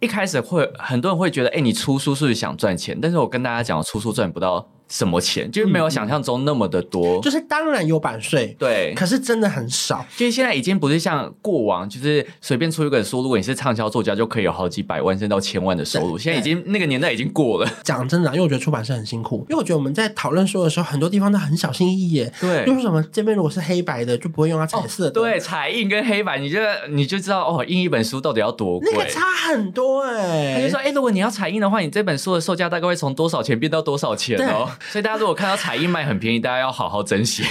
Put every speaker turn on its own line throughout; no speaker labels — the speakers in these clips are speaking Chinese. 一开始会很多人会觉得，哎、你出书是不是想赚钱？但是我跟大家讲，我出书赚不到什么钱，就是没有想象中那么的多。
就是当然有版税，
对，
可是真的很少。
就是现在已经不是像过往，就是随便出一本书，如果你是畅销作家，就可以有好几百万甚至到千万的收入。
对
现在已经那个年代已经过了，
讲真的啊，因为我觉得出版社很辛苦，因为我觉得我们在讨论书的时候，很多地方都很小心翼翼耶。
对哦
就是什么这边如果是黑白的，就不会用它彩色的。
对，彩印跟黑板，你就你就知道哦，印一本书到底要多贵
那。个差很多哎、
他就说：“哎、如果你要彩印的话，你这本书的售价大概会从多少钱变到多少钱 哦？所以大家如果看到彩印卖很便宜，大家要好好珍惜。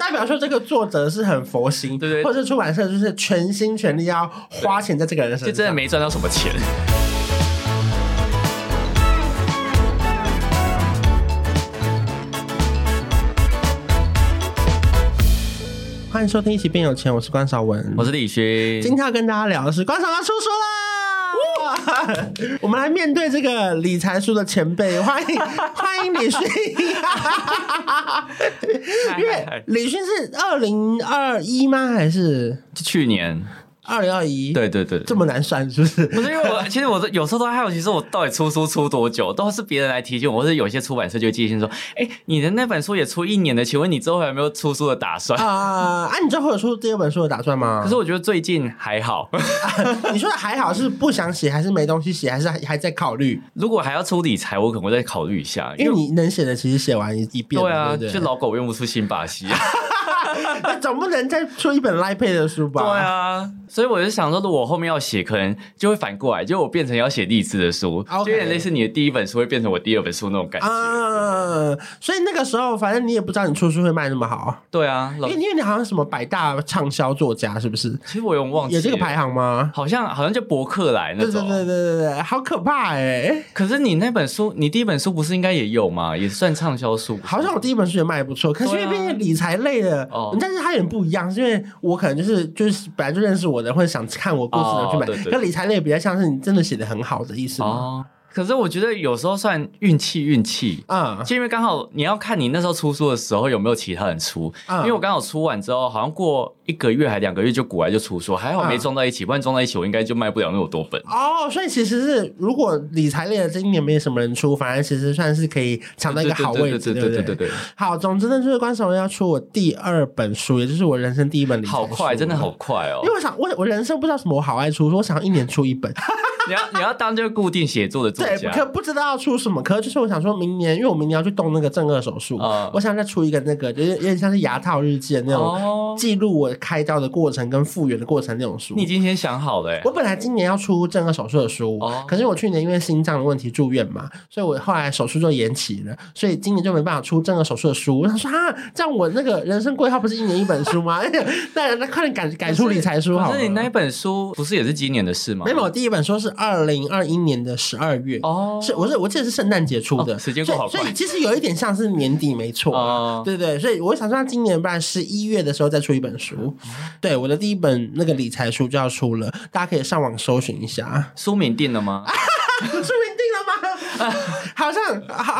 代表说这个作者是很佛心，
对对
或者出版社就是全心全力要花钱在这个人身
就
上，
真的没赚到什么钱。
欢迎收听《一起变有钱》，我是关少文，
我是李勋，
今天要跟大家聊的是关少文出书啦。哇我们来面对这个理财书的 前辈，欢迎欢迎李迅，因为李迅是二零二一吗？还是
去年，
二零二一？，
对对对，
这么难算是不是？
不是因为我，其实我有时候都好奇，说我到底出书出多久，都是别人来提醒我，或是有些出版社就会寄信说，哎、你的那本书也出一年了，请问你之后有没有出书的打算？
啊、啊！你最后有出第二本书的打算吗？
可是我觉得最近还好，
你说的还好，是不想写，还是没东西写，还是还还在考虑？
如果还要出理财，我可能会再考虑一下，
因为你能写的其实写完一一遍了，
对啊，
对
就
不
老狗用不出新把戏、 啊。
对？ 总不能再出一本 l i p a 的书吧？
对，啊，所以我就想说，如果我后面要写，可能就会反过来，就我变成要写励志的书
OK
就有点类似你的第一本书会变成我第二本书那种感觉。
啊，所以那个时候，反正你也不知道你出书会卖那么好，
对啊，
因
老
为因为你好像什么百大畅销作家，是不是
其实我有点忘记
有这个
了
排行吗？
好像好像就博客来那
对
种。
对对对对对，好可怕哎、
可是你那本书，你第一本书不是应该也有吗？也算畅销书。
好像我第一本书也卖得不错，可是因
对啊
为毕竟理财类的，
哦
但是它有点不一样，是因为我可能就是就是本来就认识我的，或者想看我故事的人去
哦对对
买，
对
可理财类比较像是你真的写的很好的意思嘛，
哦，可是我觉得有时候算运气，运气。
啊
就因为刚好你要看你那时候出书的时候有没有其他人出，
嗯
因为我刚好出完之后，好像过一个月还两个月就古来就出书，还好没
嗯
撞到一起，不然撞到一起我应该就卖不了那么多本。
哦，所以其实是如果理财类的今年没什么人出，反而其实算是可以抢到一个好位置，
对
不
对对对对，
好，总之呢，就是关守文要出我第二本书，也就是我人生第一本理财
好快，
书
真的好。快哦
因！为我想，我我人生不知道什么我好爱出书，我想一年出一本，
你要你要当这个固定写作的作
对，
家，
可不知道要出什么，可就是我想说明年，因为我明年要去动那个正颌手术，
嗯
我想再出一个那个，就是有点像是牙套日记的那
哦
种，记录我开刀的过程跟复原的过程那种书。
你已经先想好了欸，
我本来今年要出正颌手术的书，
哦
可是我去年因为心脏的问题住院嘛，所以我后来手术就延期了，所以今年就没办法出正颌手术的书。我想说啊，这样我那个人生规划不是一年一本书吗？ 那那快点改改出理财书好
可
了
是。你那一本书不是也是今年的事吗？
没有，我第一本书是二零二一年的十二月。
哦，
是，我是我记得是圣诞节出的，
哦时间过好
所以，所
快
以其实有一点像是啊年底没错、
哦
对对，所以我想说，今年不然十一月的时候再出一本书，
嗯
对，我的第一本那个理财书就要出了，大家可以上网搜寻一下。
书名定了吗？
书名定了吗？ 好像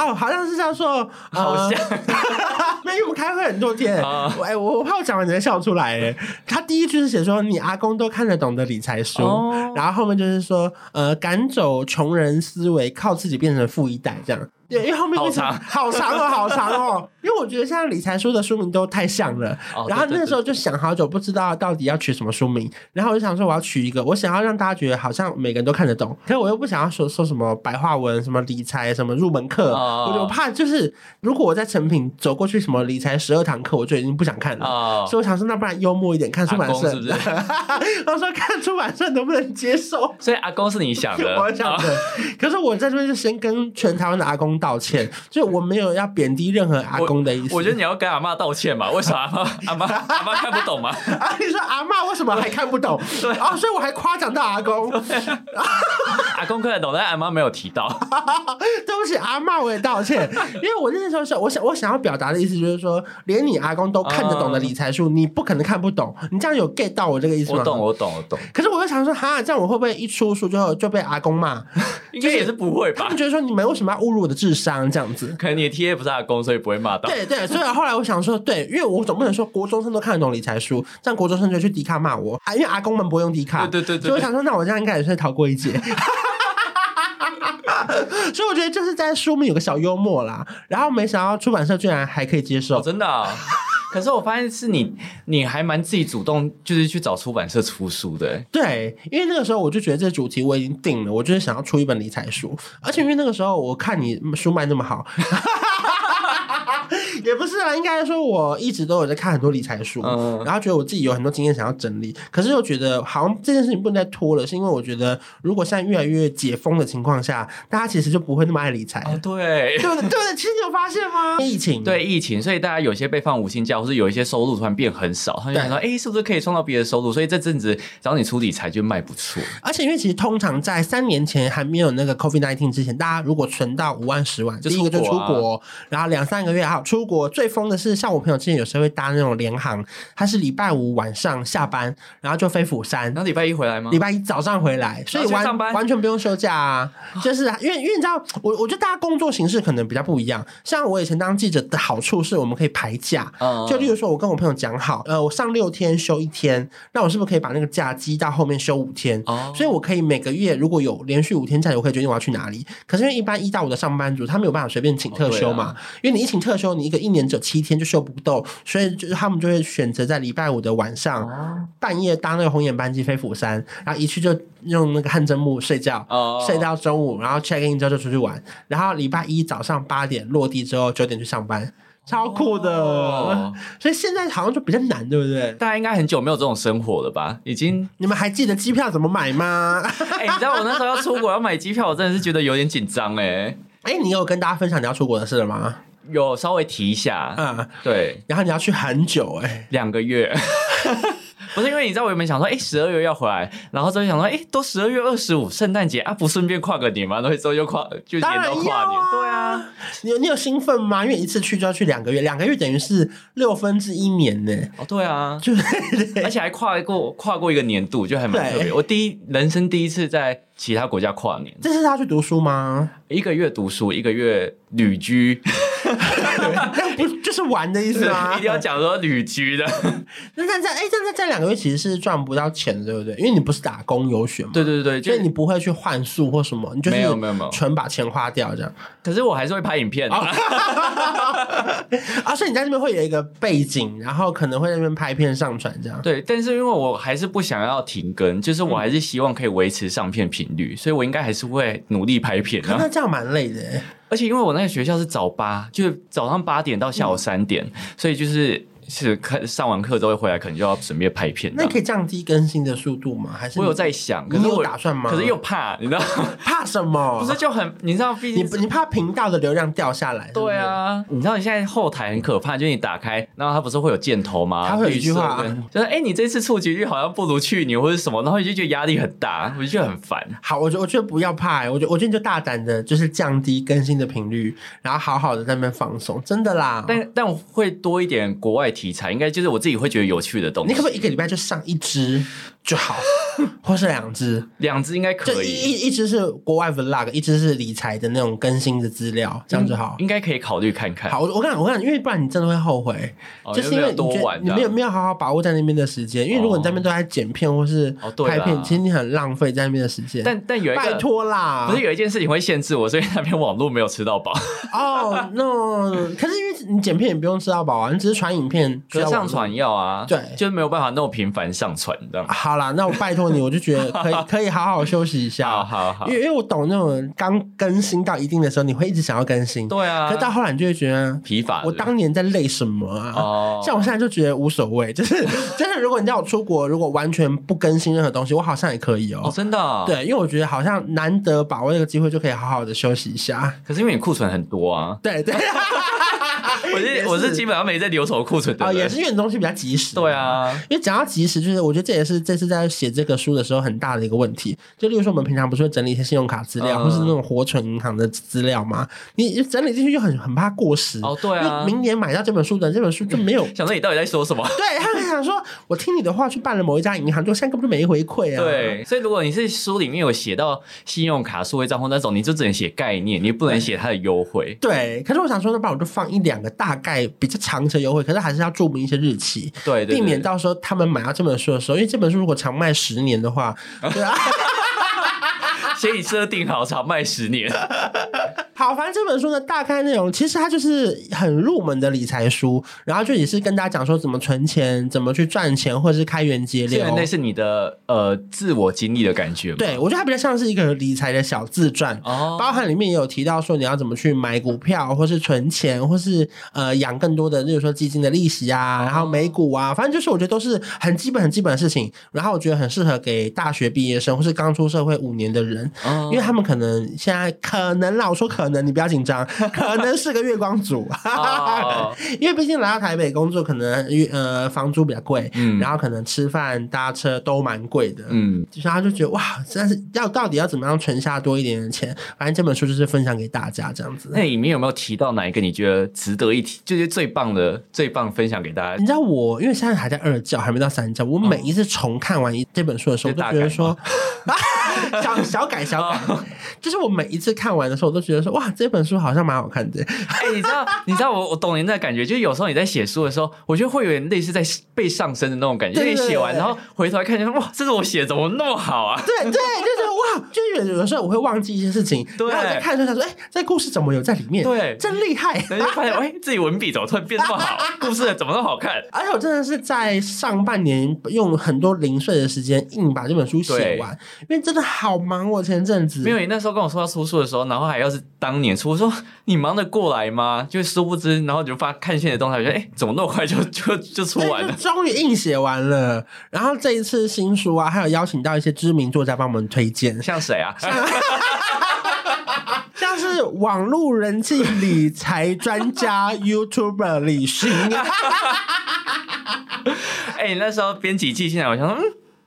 哦，好像是叫做，呃
好像
没有，因为我们开会很多天，
啊
我哎，我我怕我讲完你会笑出来。哎，他第一句是写说你阿公都看得懂的理财书，
哦
然后后面就是说，呃，赶走穷人思维，靠自己变成富一代这样。对，因为后面为什么好长哦，好长哦。因为我觉得现在理财书的书名都太像了，
哦
然后
对对
那时候就想好久，不知道到底要取什么书名。然后我就想说，我要取一个，我想要让大家觉得好像每个人都看得懂，可是我又不想要说说什么白话文、什么理财、什么入门课，
哦
我就怕就是如果我在成品走过去什么理财十二堂课，我就已经不想看了。
哦
所以我想说，那不然幽默一点，看出版
阿公
社
是不是
然后说看出版社能不能接受。
所以阿公是你想的， 哦
我想的，可是我在这边就先跟全台湾的阿公道歉，就是我没有要贬低任何阿公的意思。
我觉得你要跟阿妈道歉嘛？为什么阿妈 阿妈阿妈看不懂吗？
啊，你说阿嬷为什么还看不懂？ 对啊，所以我还夸奖到阿公。
阿公看得懂，但阿妈没有提到。
对不起，阿嬷，我也道歉，因为我那时候想，我想我想要表达的意思就是说，连你阿公都看得懂的理财书，你不可能看不懂。你这样有 get 到我这个意思吗？
我懂，。我懂，我懂。
可是我又想说，哈，这样我会不会一出书之后就被阿公骂？
应该也是不会
他
吧
们？觉得说你们为什么要侮辱我的智商这样子？
可能你的 T A 不是他的工，所以不会 骂到。
对对，所以后来我想说，对，因为我总不能说国中生都看得懂理财书，这样国中生就去迪卡骂我啊，因为阿公们不会用迪卡，
对对对对对
所以我想说，那我这样应该也是逃过一劫。 所以我觉得就是在书面有个小幽默啦，然后没想到出版社居然还可以接受
哦，，真的、啊。可是我发现是你，你还蛮自己主动，就是去找出版社出书的、欸。
对，因为那个时候我就觉得这主题我已经定了，我就是想要出一本理财书，而且因为那个时候我看你书卖那么好， 也不是啦，啊应该说我一直都有在看很多理财书，
嗯
然后觉得我自己有很多经验想要整理，可是又觉得好像这件事情不能再拖了，是因为我觉得如果现在越来越解封的情况下，大家其实就不会那么爱理财了，
哦，对。
对不对？对不对？其实你有发现吗？疫情
对疫情，所以大家有些被放无薪假，或是有一些收入突然变很少，他就想说，哎、是不是可以创造别的收入？所以这阵子找你出理财就卖不错。
而且因为其实通常在三年前还没有那个 COVID nineteen 之前，大家如果存到五万、十万，
就
第一个就
出
出
国啊
国，然后两三个月还有出国。最疯的是，像我朋友之前有时候会搭那种联航，他是礼拜五晚上下班，然后就飞釜山。
那礼拜一回来吗
礼？拜一早上回来，所
然
以
后去
完
嗯上班
完全不用休假啊！就是 因为因为你知道，我我觉得大家工作形式可能比较不一样。像我以前当记者的好处是，我们可以排假，
嗯
就例如说，我跟我朋友讲好，呃，我上六天休一天，那我是不是可以把那个假积到后面休五天？
哦
所以我可以每个月如果有连续五天假，我可以决定我要去哪里。可是因为一般一到五的上班族，他没有办法随便请特休嘛，
哦
因为你一请特休，你一个一年只有七天就休不够，所以就是他们就会选择在礼拜五的晚上、
哦
半夜搭那个红眼班机飞釜山，然后一去就用那个汗蒸木睡觉。
哦
睡到中午，然后 check in 之后就出去玩，然后礼拜一早上八点落地之后九点去上班，超酷的。
哦
所以现在好像就比较难，对不对？
大家应该很久没有这种生活了吧？已 经，
你们还记得机票怎么买吗？
哎、你知道我那时候要出国要买机票，我真的是觉得有点紧张哎。
哎、你有跟大家分享你要出国的事了吗？
有稍微提一下，
嗯，
对，
然后你要去很久、哎，
两个 月。不是因为你知道，我原本想说，哎、十二月要回来，然后之后想说，哎、都十二月二十五，圣诞节啊，不顺便跨个年吗？然后之后又跨，就
当
年
然
到
要
跨年，对啊，
你有你有兴奋吗？因为一次去就要去两个月，两个月等于是六分之一年呢、
哦，对啊，
就是
而且还跨过跨过一个年度，就还蛮特别。
对
我第一人生第一次在其他国家跨年，
这是他去读书吗？
一个月读书，一个月旅居，
那不就是啊玩的意思 吗？
一定要讲说旅居 的。
那那这哎，那那这两个月其实是赚不到钱，对不对？因为你不是打工游学嘛，
对对对，
所
就
以你不会去换宿或什么，你就是
没有没有没有
纯把钱花掉这样。
可是我还是会拍影片的。
啊，所以你在那边会有一个背景，然后可能会在那边拍片上传这样。
对，但是因为我还是不想要停更，就是
嗯
我还是希望可以维持上片频率，所以我应该还是会努力拍片
可
啊。
那这样蛮累的欸，
而且因为我那个学校是早八，就是早上八点到下午
嗯
三点，所以就是是看上完课之后回来，可能就要准备拍片这
那
样。
你可以降低更新的速度吗？还是
我有
你
在想，
你
可是我
有打算吗
可是又怕，你知道，吗？
怕什么？
不是就很，你知道，毕
你
竟
你怕频道的流量掉下来？是不是
对，啊，你知道你现在后台很可怕，就是你打开，然后它不是会有箭头吗？
它会有一句话啊
绿色跟就是哎、你这次触及率好像不如去年或者什么，然后你就觉得压力很大，我就觉得很烦。
好，我觉得我觉得不要怕、欸，我觉得我觉得你就大胆的，就是降低更新的频率，然后好好的在那边放松，真的啦。
但但我会多一点国外题材，应该就是我自己会觉得有趣的东
你
西
可不。可以一个礼拜就上一支 就好，或是两支？
两只应该
就
可
一
以，
一一只是国外 vlog，一只是理财的那种更新的资料，这样就好。
应该可以考虑看看。
好，我我跟你讲，我跟你讲，因为不然你真的会后悔，
哦
就是因
因
为
为没有多啊玩
你觉得你
这样
没有没有好好把握在那边的时间，因为如果你在那边都在剪片或是
哦对啦
拍片，其实你很浪费在那边的时间。
但但有一
拜
个。
托啊啦，
不是有一件事情会限制我，所以那边网络没有吃到饱，
哦、no，可是因为你剪片也不用吃到饱啊，你只是传影片，
可
需
是
要网
上
络。
传要啊，
对
就是没有办法那么频繁上传这样。
啊好啦，那我拜托你，我就觉得 可以可以好好休息一
好
下，
好好
啊因，为因为我懂那种刚更新到一定的时候，你会一直想要更新，
对啊
可，到后来你就会觉得
疲乏了。
我当年在累什么啊？
哦，
像我现在就觉得无所谓，就是就是，如果你叫我出国，如果完全不更新任何东西，我好像也可以
哦，
哦。
真的、哦，
对，因为我觉得好像难得把握这个机会，就可以好好的休息一下。
可是因为你库存很多啊，
对 对，
我
也
是
是
我是基本上没在留守库存的
啊，
人，
也是因为你东西比较及时。
对。啊，
因为讲到及时，就是我觉得这也是这次在写这个书的时候很大的一个问题。就例如说，我们平常不是会整理一些信用卡资料，
嗯
或是那种活存银行的资料吗？你整理进去就很很怕过时。
哦对啊
因为明年买到这本书的人，这本书就没有。
想说你到底在说什么？
对他们想说，我听你的话去办了某一家银行，就现在根本就没回馈啊。
对，所以如果你是书里面有写到信用卡、数位账户那种，你就只能写概念，你不能写它的优 惠。
对，可是我想说，那不然我就放一两个大概比较长期的优惠，可是还是要注明一些日期，
对对对，
避免到时候他们买到这本书的时候，因为这本书如果长卖十年 的话，对啊，
先你设定好长卖十 年。
哦好，反正这本书呢，大概内容其实它就是很入门的理财书，然后就也是跟大家讲说怎么存钱，怎么去赚钱，或者是开源节
虽
流。
然那是你的呃自我经历的感觉嘛，
对，我觉得它比较像是一个理财的小自传。
哦，
包含里面也有提到说你要怎么去买股票，或是存钱，或是呃养更多的，例如说基金的利息啊，然后美股啊，反正就是我觉得都是很基本很基本的事情。然后我觉得很适合给大学毕业生或是刚出社会五年的人，
哦
因为他们可能现在可能啦，我说可能，你不要紧张，可能是个月光族，
哦
因为毕竟来到台北工作，可能月呃房租比较贵，
嗯
然后可能吃饭搭车都蛮贵的，
嗯，
就是他就觉得哇，真的是要到底要怎么样存下多一点的钱？反正这本书就是分享给大家这样子。
那里面有没有提到哪一个你觉得值得一提，就是最棒的、最棒分享给大 家？
你知道我，因为现在还在二教，还没到三教。我每一次重看完一这本书的时候，我
是
都
大哦
觉得
改
说， 小小改小改，就是我每一次看完的时候，我都觉得说，哇，这本书好像蛮好看的。
哎、你知道，你知道我我懂你那感觉，就是有时候你在写书的时候，我觉得会有点类似在被上身的那种感觉，就
对
你写完
对对
然后回头来看，就说哇，这是我写的，怎么那么好啊？
对对，就是哇，就是有的时候我会忘记一些事情，
对
然后我在看的时候想说，哎，这故事怎么有在里面？
对
真厉害。
然后就发现，哎、自己文笔怎么突然变那么好？故事怎么那么好看？
而且我真的是在上半年用很多零碎的时间硬把这本书写完，因为真的好忙。我前阵子哎
没有，你那时候跟我说要出书的时候，然后还要是当年出，我说你忙得过来吗？就殊不知，然后你就发看现在的动态，我觉得哎、怎么那么快就就就出完
对
了
就？终于硬写完了。然后这一次新书啊，还有邀请到一些知名作家帮我们 推荐，
像谁啊？
像是网络人气理财专家 YouTuber 李寻。
哎、你那时候编辑寄进来，我想说，嗯，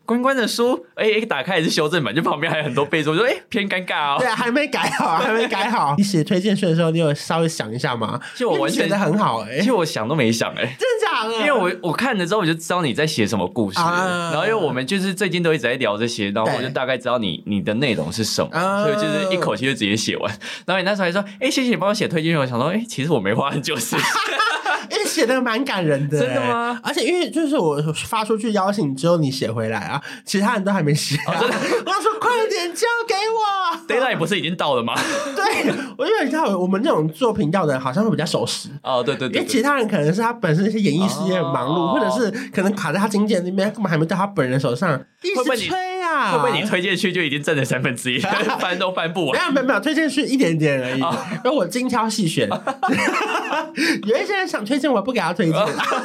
关关的书，哎、一打开也是修正版，就旁边还有很多备注，我说哎、偏尴尬
对
哦。
啊，还没改好，还没改好。你写推荐序的时候，你有稍微想一下吗？
其实我完全
因为你写的很好哎、
其实我想都没想哎、
真的假的？
因为我我看了之后我就知道你在写什么故事，
啊
然后因为我们就是最近都一直在聊这些，然后我
对
就大概知道你你的内容是什么，
啊
所以就是一口气就直接写完。然后你那时候还说，哎、谢谢你帮我写推荐序，我想说，哎、其实我没花很久 时间，
因为写的蛮感人的、哎
真的吗？
而且因为就是我发出去邀请之后，你写回来啊，其他人都还没写、啊
哦真的
我说快点交给 我。
deadline 不是已经到了吗？
对，我因为你知道我们这种做频道的人好像会比较守时。
哦，对对
因
对
为其
对。
他人可能是他本身一些演艺事业很忙碌，
哦
或者是可能卡在他经纪人那边，根本还没到他本人手上，一
会不会
直
你
吹啊！
会不会你推荐序就已经占了三分之一， 翻都翻不
没
完？哦
有没有没有，推荐是一点点而已，因为我精挑 细选。有一些人想推荐，我不给他推
哦
荐。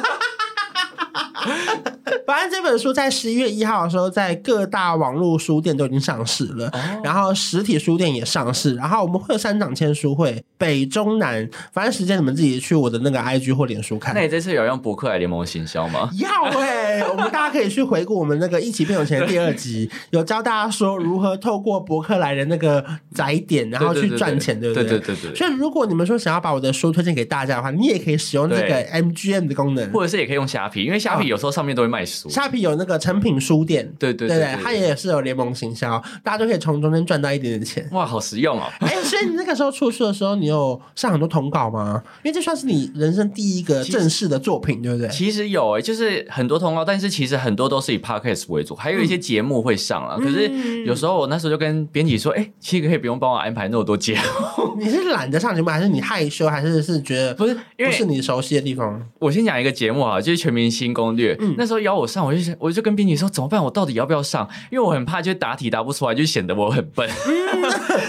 反正这本书在十一月一号的时候，在各大网络书店都已经上市了，
哦
然后实体书店也上市。然后我们会有三场签书会，北中南，反正时间你们自己去我的那个 IG 或脸书看
那。你这次有用博客来联盟行销吗？
要哎、我们大家可以去回顾我们那个一起变有钱的第二 集，有教大家说如何透过博客来的那个载点，然后
对对
去
对
赚钱，对
对
不对？
对对对对，
所以，如果你们说想要把我的书推荐给大家的话，你也可以使用这个
对
MGM 的功能。
或者是也可以用虾皮，因为虾皮有时候上面都会卖书。
虾皮有那个成品书店，
对对对
对不
对对。
它也是有联盟行销，大家就可以从中间赚到一点点钱
哇，好实用哦！
哎、所以你那个时候出书的时候，你有上很多通告吗？因为这算是你人生第一个正式的作品，对不对？
其实有诶、就是很多通告，但是其实很多都是以 podcast 为主，还有一些节目会上啊。可是有时候我那时候就跟编辑说，哎、其实可以不用帮我安排那么多节目。
你是懒得上节目，还是你害羞，还是是觉得
不是因
不
为
是你熟悉的地方？
我先讲一个节目啊，就是《全明星攻略》那时候邀我我上，我就想，我就跟编辑说怎么办？我到底要不要上？因为我很怕就答题答不出来，就显得我很笨。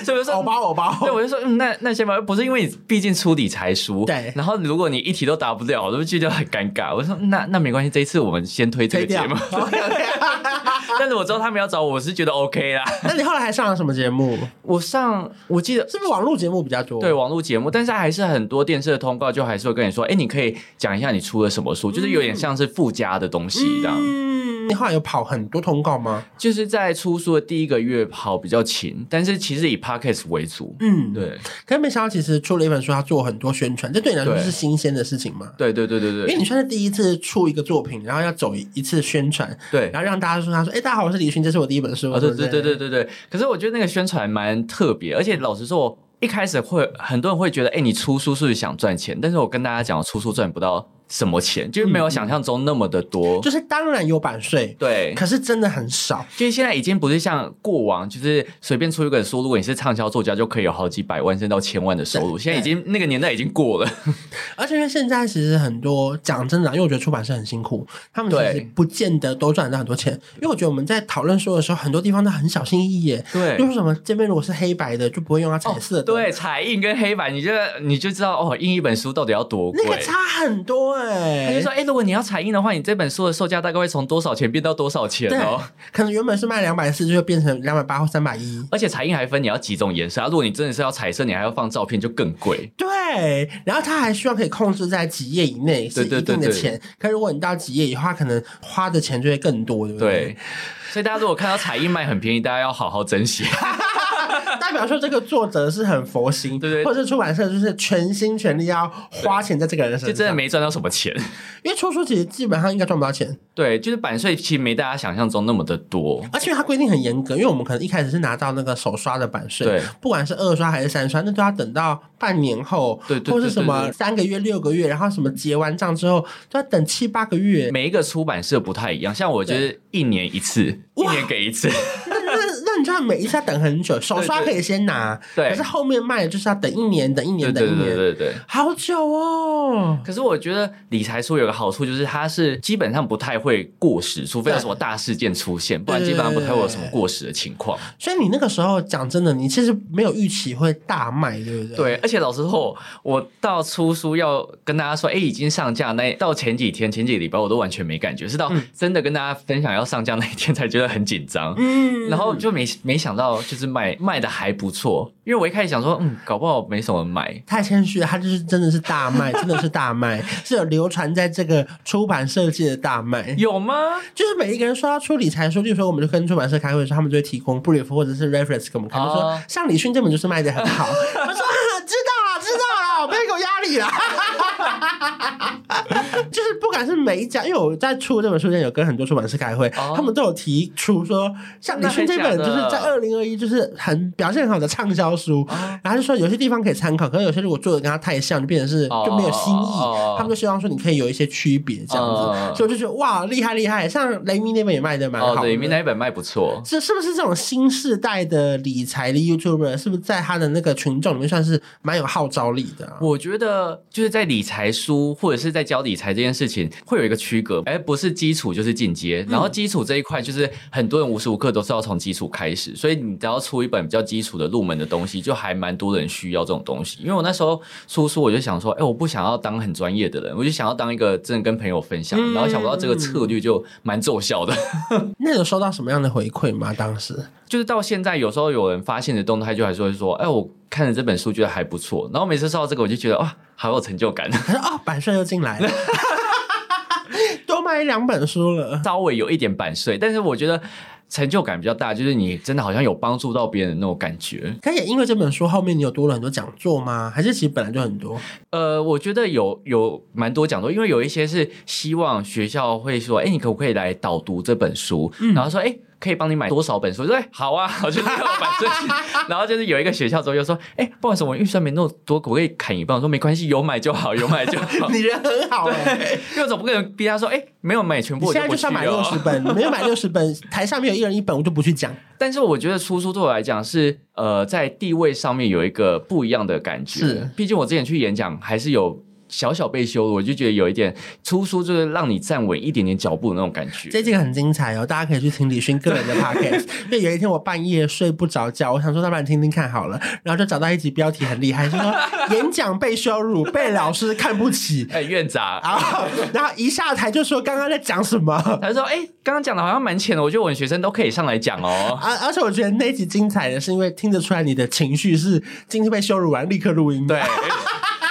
所以我就说，
偶哦包偶包，
对，我就说，嗯，那那先吧，不是因为你毕竟出理财书，
对
然后如果你一题都答不了，我都觉得很尴尬。我说，嗯那那没关系，这一次我们先推这
推
个
掉
节目。
OK，
但是我知道他们要找我，我是觉得 OK 啦。
那你后来还上了什么节目？
我上，我记得
是不是网络节目比较多？
对，网络节目，但是还是很多电视的通告就还是会跟你说，哎、你可以讲一下你出了什么书，就是有点像是附加的东西这样。
嗯嗯，你后来有跑很多通告吗？
就是在出书的第一个月跑比较勤，但是其实以 podcast 为主。
嗯，。
对
可是没想到，其实出了一本书，他做很多宣传，这对你来说
对
是新鲜的事情吗？
对对对对
因为
对
你算是第一次出一个作品，然后要走一次宣传，
对。
然后让大家说他说：“哎、大家好，我是李勋，这是我第一本书。
啊，对
不
对对对对对。可是我觉得那个宣传蛮特别，而且老实说，我一开始会很多人会觉得，哎，你出书是不是想赚钱？但是我跟大家讲，我出书赚不到什么钱，就是
嗯
没有想象中那么的多。
就是当然有版税，
对，
可是真的很少。
就是现在已经不是像过往，就是随便出一本书，如果你是畅销作家，就可以有好几百万甚至到千万的收入。
对
现在已经那个年代已经过了，
而且因为现在其实很多讲真的啊，因为我觉得出版社很辛苦，他们其
对
实不见得都赚得到很多钱。因为我觉得我们在讨论书的时候，很多地方都很小心翼翼耶。
对哦
就是什么这边如果是黑白的，就不会用它彩色的。
对，彩印跟黑板，你就你就知道哦，印一本书到底要多贵
那。个差很多哎、
他就说：“哎、如果你要彩印的话，你这本书的售价大概会从多少钱变到多少钱
对
哦？，
可能原本是卖两百四，就变成两百八或三百一。
而且彩印还分你要几种颜色啊。如果你真的是要彩色，你还要放照片，就更贵。
对，然后他还希望可以控制在几页以内是一
对对
定的
对
钱，可如果你到几页以后，他可能花的钱就会更多，对不
对，所以大家如果看到彩印卖很便宜，大家要好好珍 惜。
代表说这个作者是很佛心，
对对
或者是出版社就是全心全力要花钱在这个人
就
身
真的
上，
没赚到什么钱。
因为出书其实基本上应该赚不到钱，
对，就是版税其实没大家想象中那么的多。
而且它规定很严格，因为我们可能一开始是拿到那个手刷的版税
对。
不管是二刷还是三刷，那都要等到半年后，
对对对
或是什
对
么
对
三个月、六个月，然后什么结完账之后，都要等七八 个月。
每一个出版社不太一样，像我就是一年一次，一
哇
年给一次，
那那那你知道每一次要等很久，手刷可以先拿，
对
可是后面卖的就是要等一年、等一
对
年、等
对
一
对
年，
对对。
好久哦。
可是我觉得理财书有个好处，就是它是基本上不太会过时，除非有
对
什么大事件出现，不然
对
基
对
本上不
对
太会有什么过时的情况。
所以你那个时候讲真的，你其实没有预期会大卖，对不对？
对，而且老实说，我到出书要跟大家说，哎，已经上架那到前几天、前几个礼拜我都完全没感觉，是到真的跟大家分享要上架那一天才觉得很紧张。
嗯，
然后就没没想到，就是卖卖的还不错，因为我一开始想说，嗯，搞不好没什么人买，
太谦虚了，他就是真的是大卖，真的是大卖， 是有流传在这个出版社界的大卖。
有吗？
就是每一个人说要出理财书，例如说我们就跟出版社开会的时候，他们就会提供 brief 或者是 reference 给我们看，就说
哦
像李迅这本就是卖的很好。 我说、啊、知道了，知道了，不要给我压力了。 就是不管是每一家，因为我在出这本书之前有跟很多出版社开会，
哦
他们都有提出说，像李迅这本就是在二零二一就是很表现很好的畅销书，
哦
然后就说有些地方可以参考，可是有些如果做的跟他太像，就变成是就没有新意，
哦
他们就希望说你可以有一些区别这样子。
嗯
所以我就觉得哇，厉害厉害！像雷米那边也卖的蛮好
哦
的，，嗯
对，明那一本卖不错。
这是不是这种新世代的理财的 YouTuber，是不是在他的那个群众里面算是蛮有号召力的、啊？
我觉得就是在理财书或者是在教理财这件事情，会有一个区隔，哎，不是基础就是进阶，然后
嗯
基础这一块就是很多人无时无刻都是要从基础开始，所以你只要出一本比较基础的入门的东西，就还蛮多人需要这种东西。因为我那时候出书，我就想说，哎，我不想要当很专业的人，我就想要当一个真的跟朋友分享，
嗯
然后想不到这个策略就蛮奏效的。
那有收到什么样的回馈吗？当时
就是到现在，有时候有人发现的动态，就还是会说：“哎，我看了这本书，觉得还不错。”然后每次收到这个，我就觉得哇，好有成就感，
他说哦，版税又进来了， 多卖两本书了。
稍微有一点版税，但是我觉得成就感比较大，就是你真的好像有帮助到别人的那种感觉。
可也因为这本书后面你有多了很多讲座吗？还是其实本来就 很多？
呃，我觉得有有蛮多讲座，因为有一些是希望学校会说：“哎，你可不可以来导读这本书？”然后说：“哎。”可以帮你买多少本书？我说哎好啊，我就没有版税。然后就是有一个学校之后就说，哎、不好意思，我预算没那么多，可不可以砍一半？我说没关系，有买就好，有买就好。
你人很好哎、
因为总不可能逼他说，哎、没有买全
你
部，
现在就是要买
哦
六十。本，没有买六十本，台上面有一人一本，我就不去讲。
但是我觉得出书对我来讲是，呃，在地位上面有一个不一样的感觉。
是
毕竟我之前去演讲还是有。小小被羞辱，我就觉得有一点出书就是让你站稳一点点脚步的那种感觉。
这这个很精彩哦，大家可以去听李勋 个人的 podcast。因为有一天我半夜睡不着觉，我想说，要不然听听看好了，然后就找到一集标题很厉害，就说演讲被羞辱，被老师看 不起。
哎、院长，
然后，然后一下台就说刚刚在讲什么啊！
他就说：“哎、刚刚讲的好像蛮浅的，我觉得我们学生都可以上来讲哦。
而且我觉得那一集精彩的是，因为听得出来你的情绪是今天被羞辱完立刻录音”的
对，，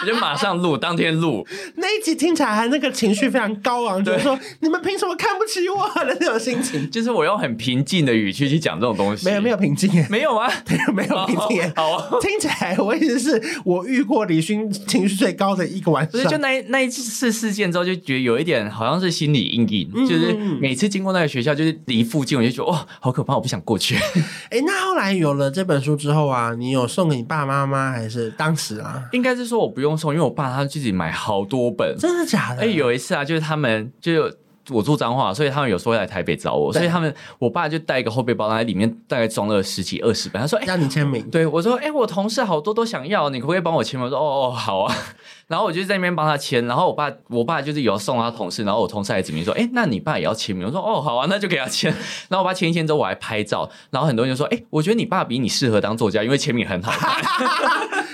我就马上录，当天录。
那一集听起来还那个情绪非常高昂，就是
对
说你们凭什么看不起我 的那种心情，
就是我用很平静的语气去讲这种东西。
没有没有平静耶，
没有啊，
没有平静耶。
好啊。
听起来我一直是我遇过李勋情绪最高的一个晚
不是，就
上。
那一那一次事件之后，就觉得有一点好像是心理阴影，
嗯
就是每次经过那个学校，就是离附近，我就觉得哇，好可怕，我不想过去。
哎，那后来有了这本书之后啊，你有送给你爸妈吗？还是当时啊？
应该是说我不用送，因为我爸他自己买好多本。
真的假的？
哎、有一次啊，就是他们就有我住彰化，所以他们有时候会来台北找我，
对
所以他们我爸就带一个后背包，然后里面大概装了十几二十本。他说：“哎、
让你签 名。
对我说：“哎、我同事好多都想要，你可不可以帮我签吗？”我说：“哦哦，好啊。” 然后我就在那边帮他签，然后我爸我爸就是有送他同事，然后我同事还指明说：“哎、那你爸也要签名？”我说：“哦，好啊，那就给他签。” 然后我爸签一签之后，我还拍照，然后很多人就说：“哎、我觉得你爸比你适合当作家，因为签名很好看。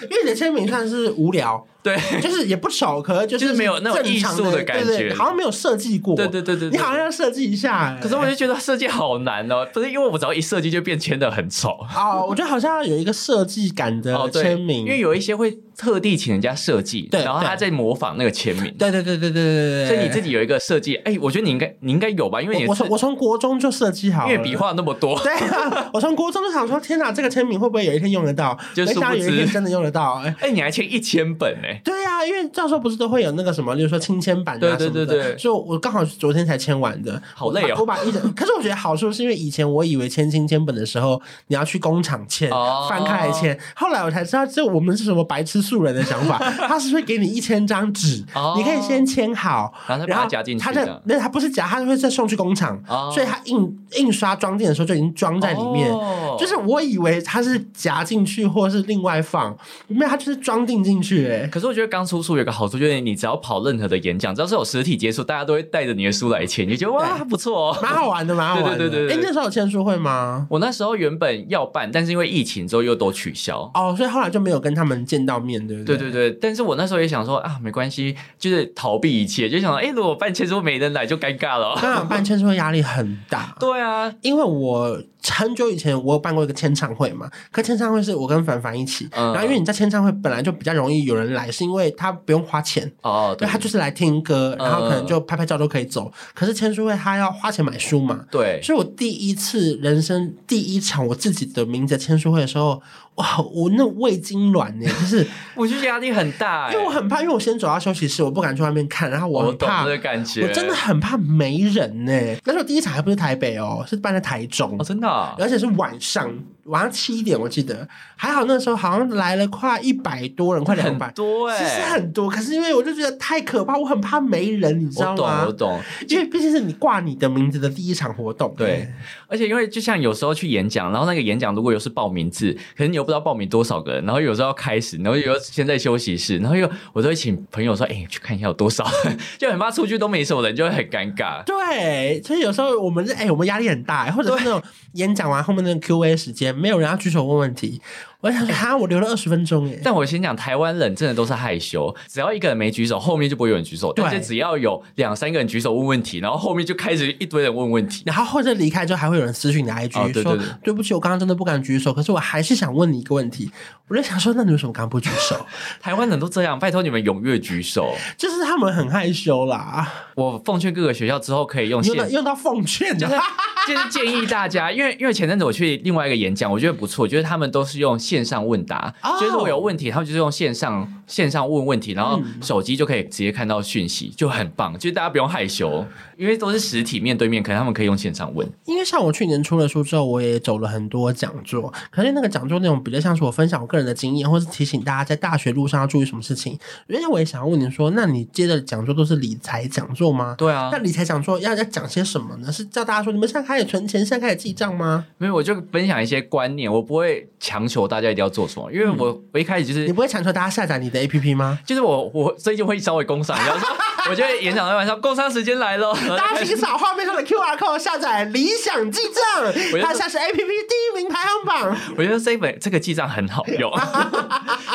因为你的签名算是无聊，”
对
就是也不丑，可是就
就是是没有那种
正常
艺术
的
的感觉
对对好像没有设计过。
对对对对
你
对。
好像要设计一下、哎
可是我就觉得设计好难哦，不是因为我只要一设计就变签的很丑。
哦，我觉得好像要有一个设计感的
哦，对，
签名，
因为有一些会特地请人家设计，
嗯对
然后他
对
在模仿那个签名。
对对对对对对对对，
所以你自己有一个设计，哎、我觉得你应该你应该有吧，因为你
我我
是
从我从国中就设计好
因为
了，
笔画那么多，
对啊，我从国中就想说，天哪，这个签名会不会有一天用得到？
就
没
殊
想到
不
有一天
知，
真的用得到，哎、
哎、你还签一千本呢、
对啊，因为教授不是都会有那个什么，例如说亲签版啊
对对
什么的，
对对
所以我刚好是昨天才签完的，
好累哦
我把我把一整，可是我觉得好处是因为以前我以为签亲签本的时候，你要去工厂签，
哦
翻开来签，后来我才知道这我们是什么白痴素人的想 法，他是会给你一千张纸，
哦
你可以先签好，
然后再
然
把
后
它夹进去
他
这
在
样。
没有，他不是夹，他会再送去工厂，
哦
所以他印印刷装订的时候就已经装在里面。
哦
就是，我以为它是夹进去，或是另外放，没有，它就是装订进去、欸。
可是我觉得刚出书有个好处，就是你只要跑任何的演讲，只要是有实体接触，大家都会带着你的书来签，你就觉得哇不错哦。
蛮好玩的，蛮好玩 的。
对对对对
哎、
对
那时候有签书会吗？
我那时候原本要办，但是因为疫情之后又都取消。
哦，所以后来就没有跟他们见到面，对不
对
对
对对，但是我那时候也想说啊，没关系，就是逃避一切，就想说，哎，如果办签书没人来就尴尬了。
当然办签书会压力很 大。
对啊，
因为我很久以前我有办过一个签唱会嘛，可签唱会是我跟凡凡一起，
嗯
然后因为你在签唱会本来就比较容易有人来，是因为他不用花钱，
哦，
对
对
他就是来听歌，
嗯
然后可能就拍拍照都可以走。可是签书会他要花钱买书嘛，
对，
所以我第一次人生第一场我自己的名字的签书会的时候，哇，我那胃痉挛 呢，欸就是
我就觉得压力很大、哎
因为我很怕，因为我先走到休息室，我不敢去外面看，然后我
我
很
懂
怕，
这个感觉，
我真的很怕没人呢、欸那时候第一场还不是台北哦，是办在台中
哦，，真的啊、
而且是晚上，晚上七点我记得，还好那时候好像来了快一百多人，快两百
很。多哎、
其实很多，可是因为我就觉得太可怕，我很怕没人，你知道
我懂，
吗
我？懂。
因为毕竟是你挂你的名字的第一场活动，
对，而且因为就像有时候去演讲，然后那个演讲如果有是报名制，可是你又不知道报名多少个人，然后有时候要开始，然后又先在休息室，然后又我都会请朋友说，哎、去看一下有多少， 就很怕出去都没什么人，就会很尴尬。
对，所以有时候我们是哎、我们压力很大、或者是那种演讲完后面那个 Q&A 时间，没有人要举手问问题，我想说，哈，我留了二十分钟耶。
但我先讲，台湾人真的都是害羞，只要一个人没举手，后面就不会有人举手；
对
但是只要有两三个人举手问问题，然后后面就开始一堆人问问题。
然后或者离开之后，还会有人私讯你的 IG、
哦对对
说
对：“
对不起，我刚刚真的不敢举手，可是我还是想问你一个问题。”我就想说，那你为什么刚刚不举手？
台湾人都这样，拜托你们踊跃举手。
就是他们很害羞啦，
我奉劝各个学校之后可以用
用
线
到用到奉啊劝
就是
的，
就是建议大家，因为因为前阵子我去另外一个演讲，我觉得不错，就是他们都是用线上问答，
哦
就是我有问题，他们就是用线上线上问问题，然后
嗯
手机就可以直接看到讯息，就很棒，就是大家不用害羞，因为都是实体面对面，可能他们可以用线上问。
因为像我去年出了书之后，我也走了很多讲座，可是那个讲座内容比较像是我分享我个人的经验，或是提醒大家在大学路上要注意什么事情。原先我也想要问你说，那你接的讲座都是理财讲座吗？
对啊
那，理财讲座要要讲些什么呢？是叫大家说你们现在开始存钱，现在开始记账吗？
没有我就分享一些观念，我不会强求大家一定要做什么，因为我我一开始就是
嗯你不会强求大家下载你的 APP 吗？
就是我我最近会稍微工商一下，说 我觉得演讲的晚上工商时间来了，然后就
大家
开始
请扫画面上的 QR code 下载理想记
我
账，
就
它像是 APP 第一名排行榜。
我觉得这一本这个记账很好 用，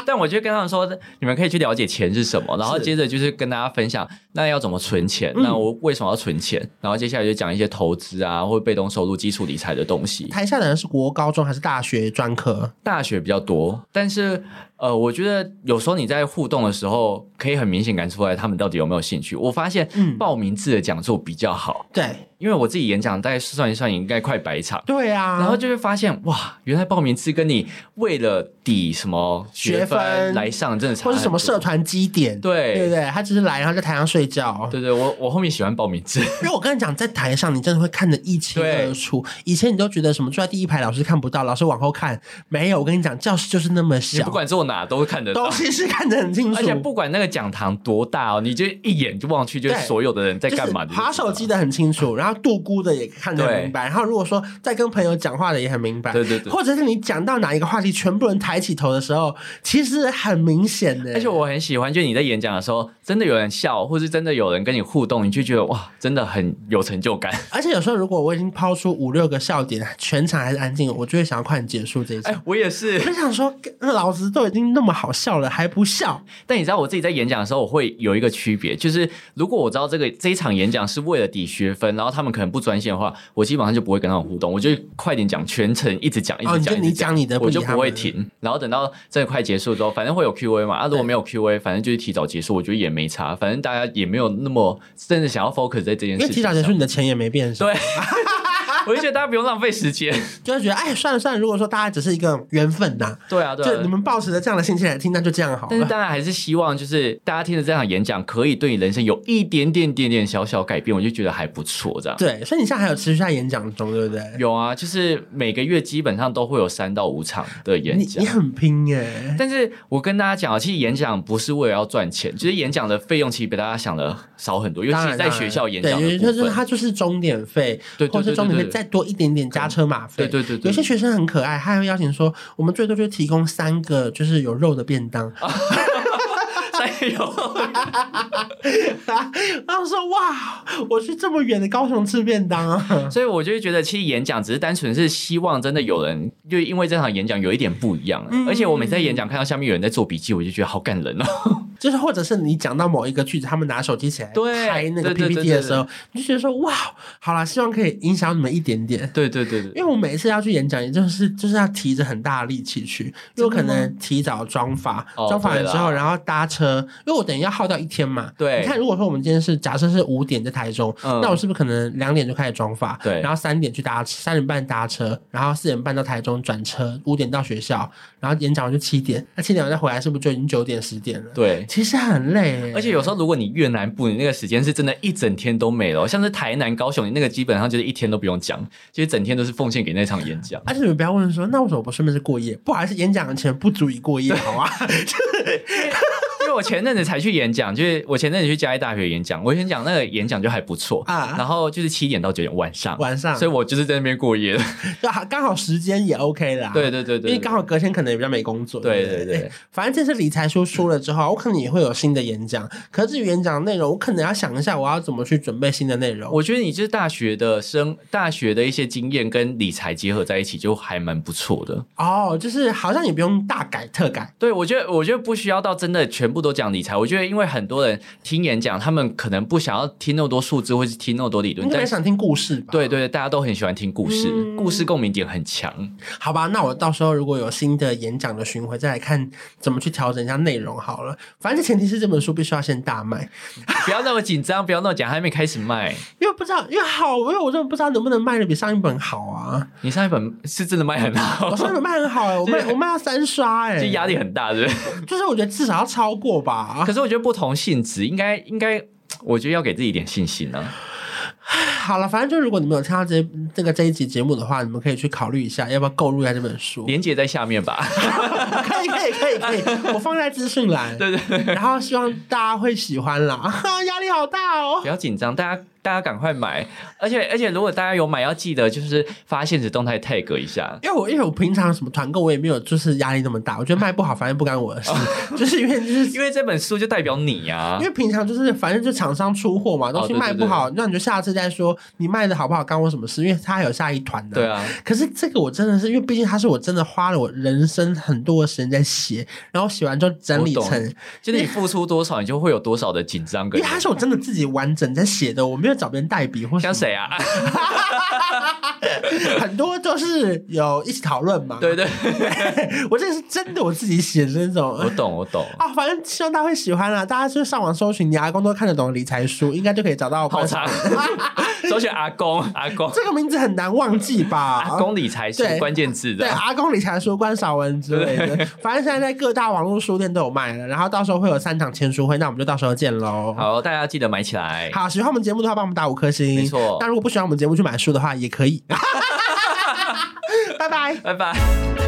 但我就跟他们说，你们可以去了解钱是什么，然后接着就是跟大家分享那要怎么存钱，嗯那我为什么要存钱，然后接下来就讲一些投资啊或被动收入、基础理财的东西。
台下的人是国高中还是大学专科？
大学比较多，但是呃，我觉得有时候你在互动的时候，可以很明显感出来他们到底有没有兴趣。我发现
嗯
报名制的讲座比较好，
对
因为我自己演讲大概算一算，应该快百场。
对啊，
然后就会发现，哇，原来报名制跟你为了抵什么学
学分
分来上，真的差
或是什么
很多
社团基点，
对
对不对？他只是来，然后在台上睡觉。
对对，我我后面喜欢报名制，
因为我跟你讲，在台上你真的会看得一清二楚。以前你都觉得什么坐在第一排老师看不到，老师往后看，没有。我跟你讲，教室就是那么
你
小
不，管坐哪都看得到
东。西是看得很清楚
而。且不管那个讲堂多大哦，你就一眼就望去，就是
对
所有的人在干嘛
就
的。
是划手机的很清 楚，然后度估的也看得很明白，然后如果说在跟朋友讲话的也很明白，
对对对
或者是你讲到哪一个话题，全部人抬起头的时候，其实很明显的。
而且我很喜欢，就是你在演讲的时候，真的有人笑，或是真的有人跟你互动，你就觉得哇，真的很有成就感。
而且有时候如果我已经抛出五六个笑点，全场还是安静，我就会想要快点结束这一场。
哎，我也是
我。就想说，老子都已经那么好笑了，还不笑？
但你知道我自己在演讲的时候，我会有一个区别，就是如果我知道这个这一场演讲是为了抵学分，然后他们可能不专心的话，我基本上就不会跟他们互动，我就快点讲，全程一直讲，一直
哦，你
讲，一
就你
直讲。
讲你的，
我就
理他
不会
们。
停，然后等到真的快结束之后，反正会有 Q&A 嘛。啊，如果
对
没有 Q&A，反正就是提早结束，我觉得也没差。反正大家也没有那么真的想要 focus 在这件
因
事情上。
为提早结束，你的钱也没变少，
对， 我就觉得大家不用浪费时间。
就会觉得哎，算了算了。如果说大家只是一个缘分呐、
对啊，对
就
啊
你。们抱持着这样的心情来听，那就这样好
但是
了。
当然还是希望，就是大家听了这场演讲，可以对你人生有一点点、点点小小改变，我就觉得还不错。这样
对，所以你现在还有持续在演讲中，对不对？
有啊，就是每个月基本上都会有三到五场的演
你
讲
你。很拼耶，
但是我跟大家讲啊，其实演讲不是为了要赚钱，就是演讲的费用其实比大家想的少很多，尤
当
其是
然
在学校演
当
讲
然对，
的
因为
部
就是
分。
它就是钟点费，
对对对
或者是钟点
对
费
对
再多一点点加车马费。
对对对对
有些学生很可爱，他还会邀请说，我们最多就提供三个就是有肉的便当。
啊哎呦，
然后说哇，我去这么远的高雄吃便当啊！
所以我就会觉得，其实演讲只是单纯是希望真的有人，就因为这场演讲有一点不一样。
嗯
而且我每次在演讲看到下面有人在做笔记，我就觉得好感人哦。
就是或者是你讲到某一个句子，他们拿手机起来
对
拍那个
对对对
PPT 的时候，你就觉得说哇，好啦，希望可以影响你们一点点。
对对对对。
因为我每次要去演讲，也就是就是要提着很大的力气去，因为我可能提早装法，
哦
装法完之后，
对啦
然后搭车，因为我等于要耗掉一天嘛。
对
你看，如果说我们今天是假设是五点在台中，
嗯
那我是不是可能两点就开始装法，
对
然后三点去搭三点半搭车，然后四点半到台中转车，五点到学校，然后演讲完就七点，那七点完再回来，是不是就已经九点十点了？
对，
其实很累耶，
而且有时候如果你越南部，你那个时间是真的一整天都没了哦。像是台南、高雄，你那个基本上就是一天都不用讲，其实整天都是奉献给那场演 讲。
而且你们不要问说，那为什么不顺便是过夜？不好意思，演讲前不足以 过夜，好啊。
因为我前阵子才去演讲，就是我前阵子去嘉义大学演讲，我先讲那个演讲就还不错
啊
然后就是七点到九点晚上，
晚上
所以我就是在那边过夜了。
就好刚好时间也 OK 啦。
对对对对，
因为刚好隔天可能也比较没工作。
对
不
对对
哎反正这次理财书出了之后，我可能也会有新的演讲。可是至于演讲内容，我可能要想一下我要怎么去准备新的内容。
我觉得你就是大学的生，大学的一些经验跟理财结合在一起，就还蛮不错的。
哦，就是好像也不用大改特改。
对，我觉得我觉得不需要到真的全部都讲理财。我觉得因为很多人听演讲，他们可能不想要听那么多数字，或是听那么多理论
你，可能
但是
想听故事吧？
对，对，大家都很喜欢听故事，
嗯
故事共鸣点很强。
好吧，那我到时候如果有新的演讲的巡回，再来看怎么去调整一下内容好了。反正前提是这本书必须要先大卖，
不要那么紧张，不要那么讲，还没开始卖。
因为不知道，因为好，因为我真的不知道能不能卖的比上一本好啊。
你上一本是真的卖很好
我，上一本卖很好哎、我 卖我卖到三刷哎、
就压力很大，对不对？
就是我觉得至少要超过吧
可。是我觉得不同性质，应该应该，我觉得要给自己一点信心啊。
好了，反正就如果你们有听到这这个这一集节目的话，你们可以去考虑一下，要不要购入一下这本 书。
连接在下面吧。
可以可以可以可以，我放在资讯栏。
对对对，
然后希望大家会喜欢啦，压力好大哦
不。要紧张，大家大家赶快买。而且而且，如果大家有买，要记得就是发现实动态 tag 一下。
因为我因为我平常什么团购我也没有就是压力那么大，我觉得卖不好反正不干我
哦
的事， 就是因为就是
因为这本书就代表你呀、
因为平常就是反正就厂商出货嘛，东西
啊哦对对
卖不好，那你就下次再说你卖的好不好干我什么事，因为他还有下一团呢。
对啊，
可是这个我真的是，因为毕竟它是我真的花了我人生很多的时间在写，然后写完之后整理
我懂
成，
就是你付出多少，你就会有多少的紧张
因
跟
为。它是我真的自己完整在写的，我没有找别人代笔或什
像
么，
谁啊？
很多都是有一起讨论嘛。
对，对，
我这个是真的我自己写的那种。
我懂，我懂。
啊，反正希望大家会喜欢啦、大家就上网搜寻“你阿公都看得懂”的理财书，应该就可以找到。
好 长，首选阿公，阿公，
这个名字很难忘记吧？
阿公理财书
对
关键字
对，
的。
阿公理财书、关少文之类的，反正现在在各大网络书店都有卖了。然后到时候会有三场签书会，那我们就到时候见喽。
好，大家记得买起来。
好，喜欢我们节目的话，帮我们打五颗星。
没错
那如果不喜欢我们节目去买书的话，也可以。拜拜。
拜拜。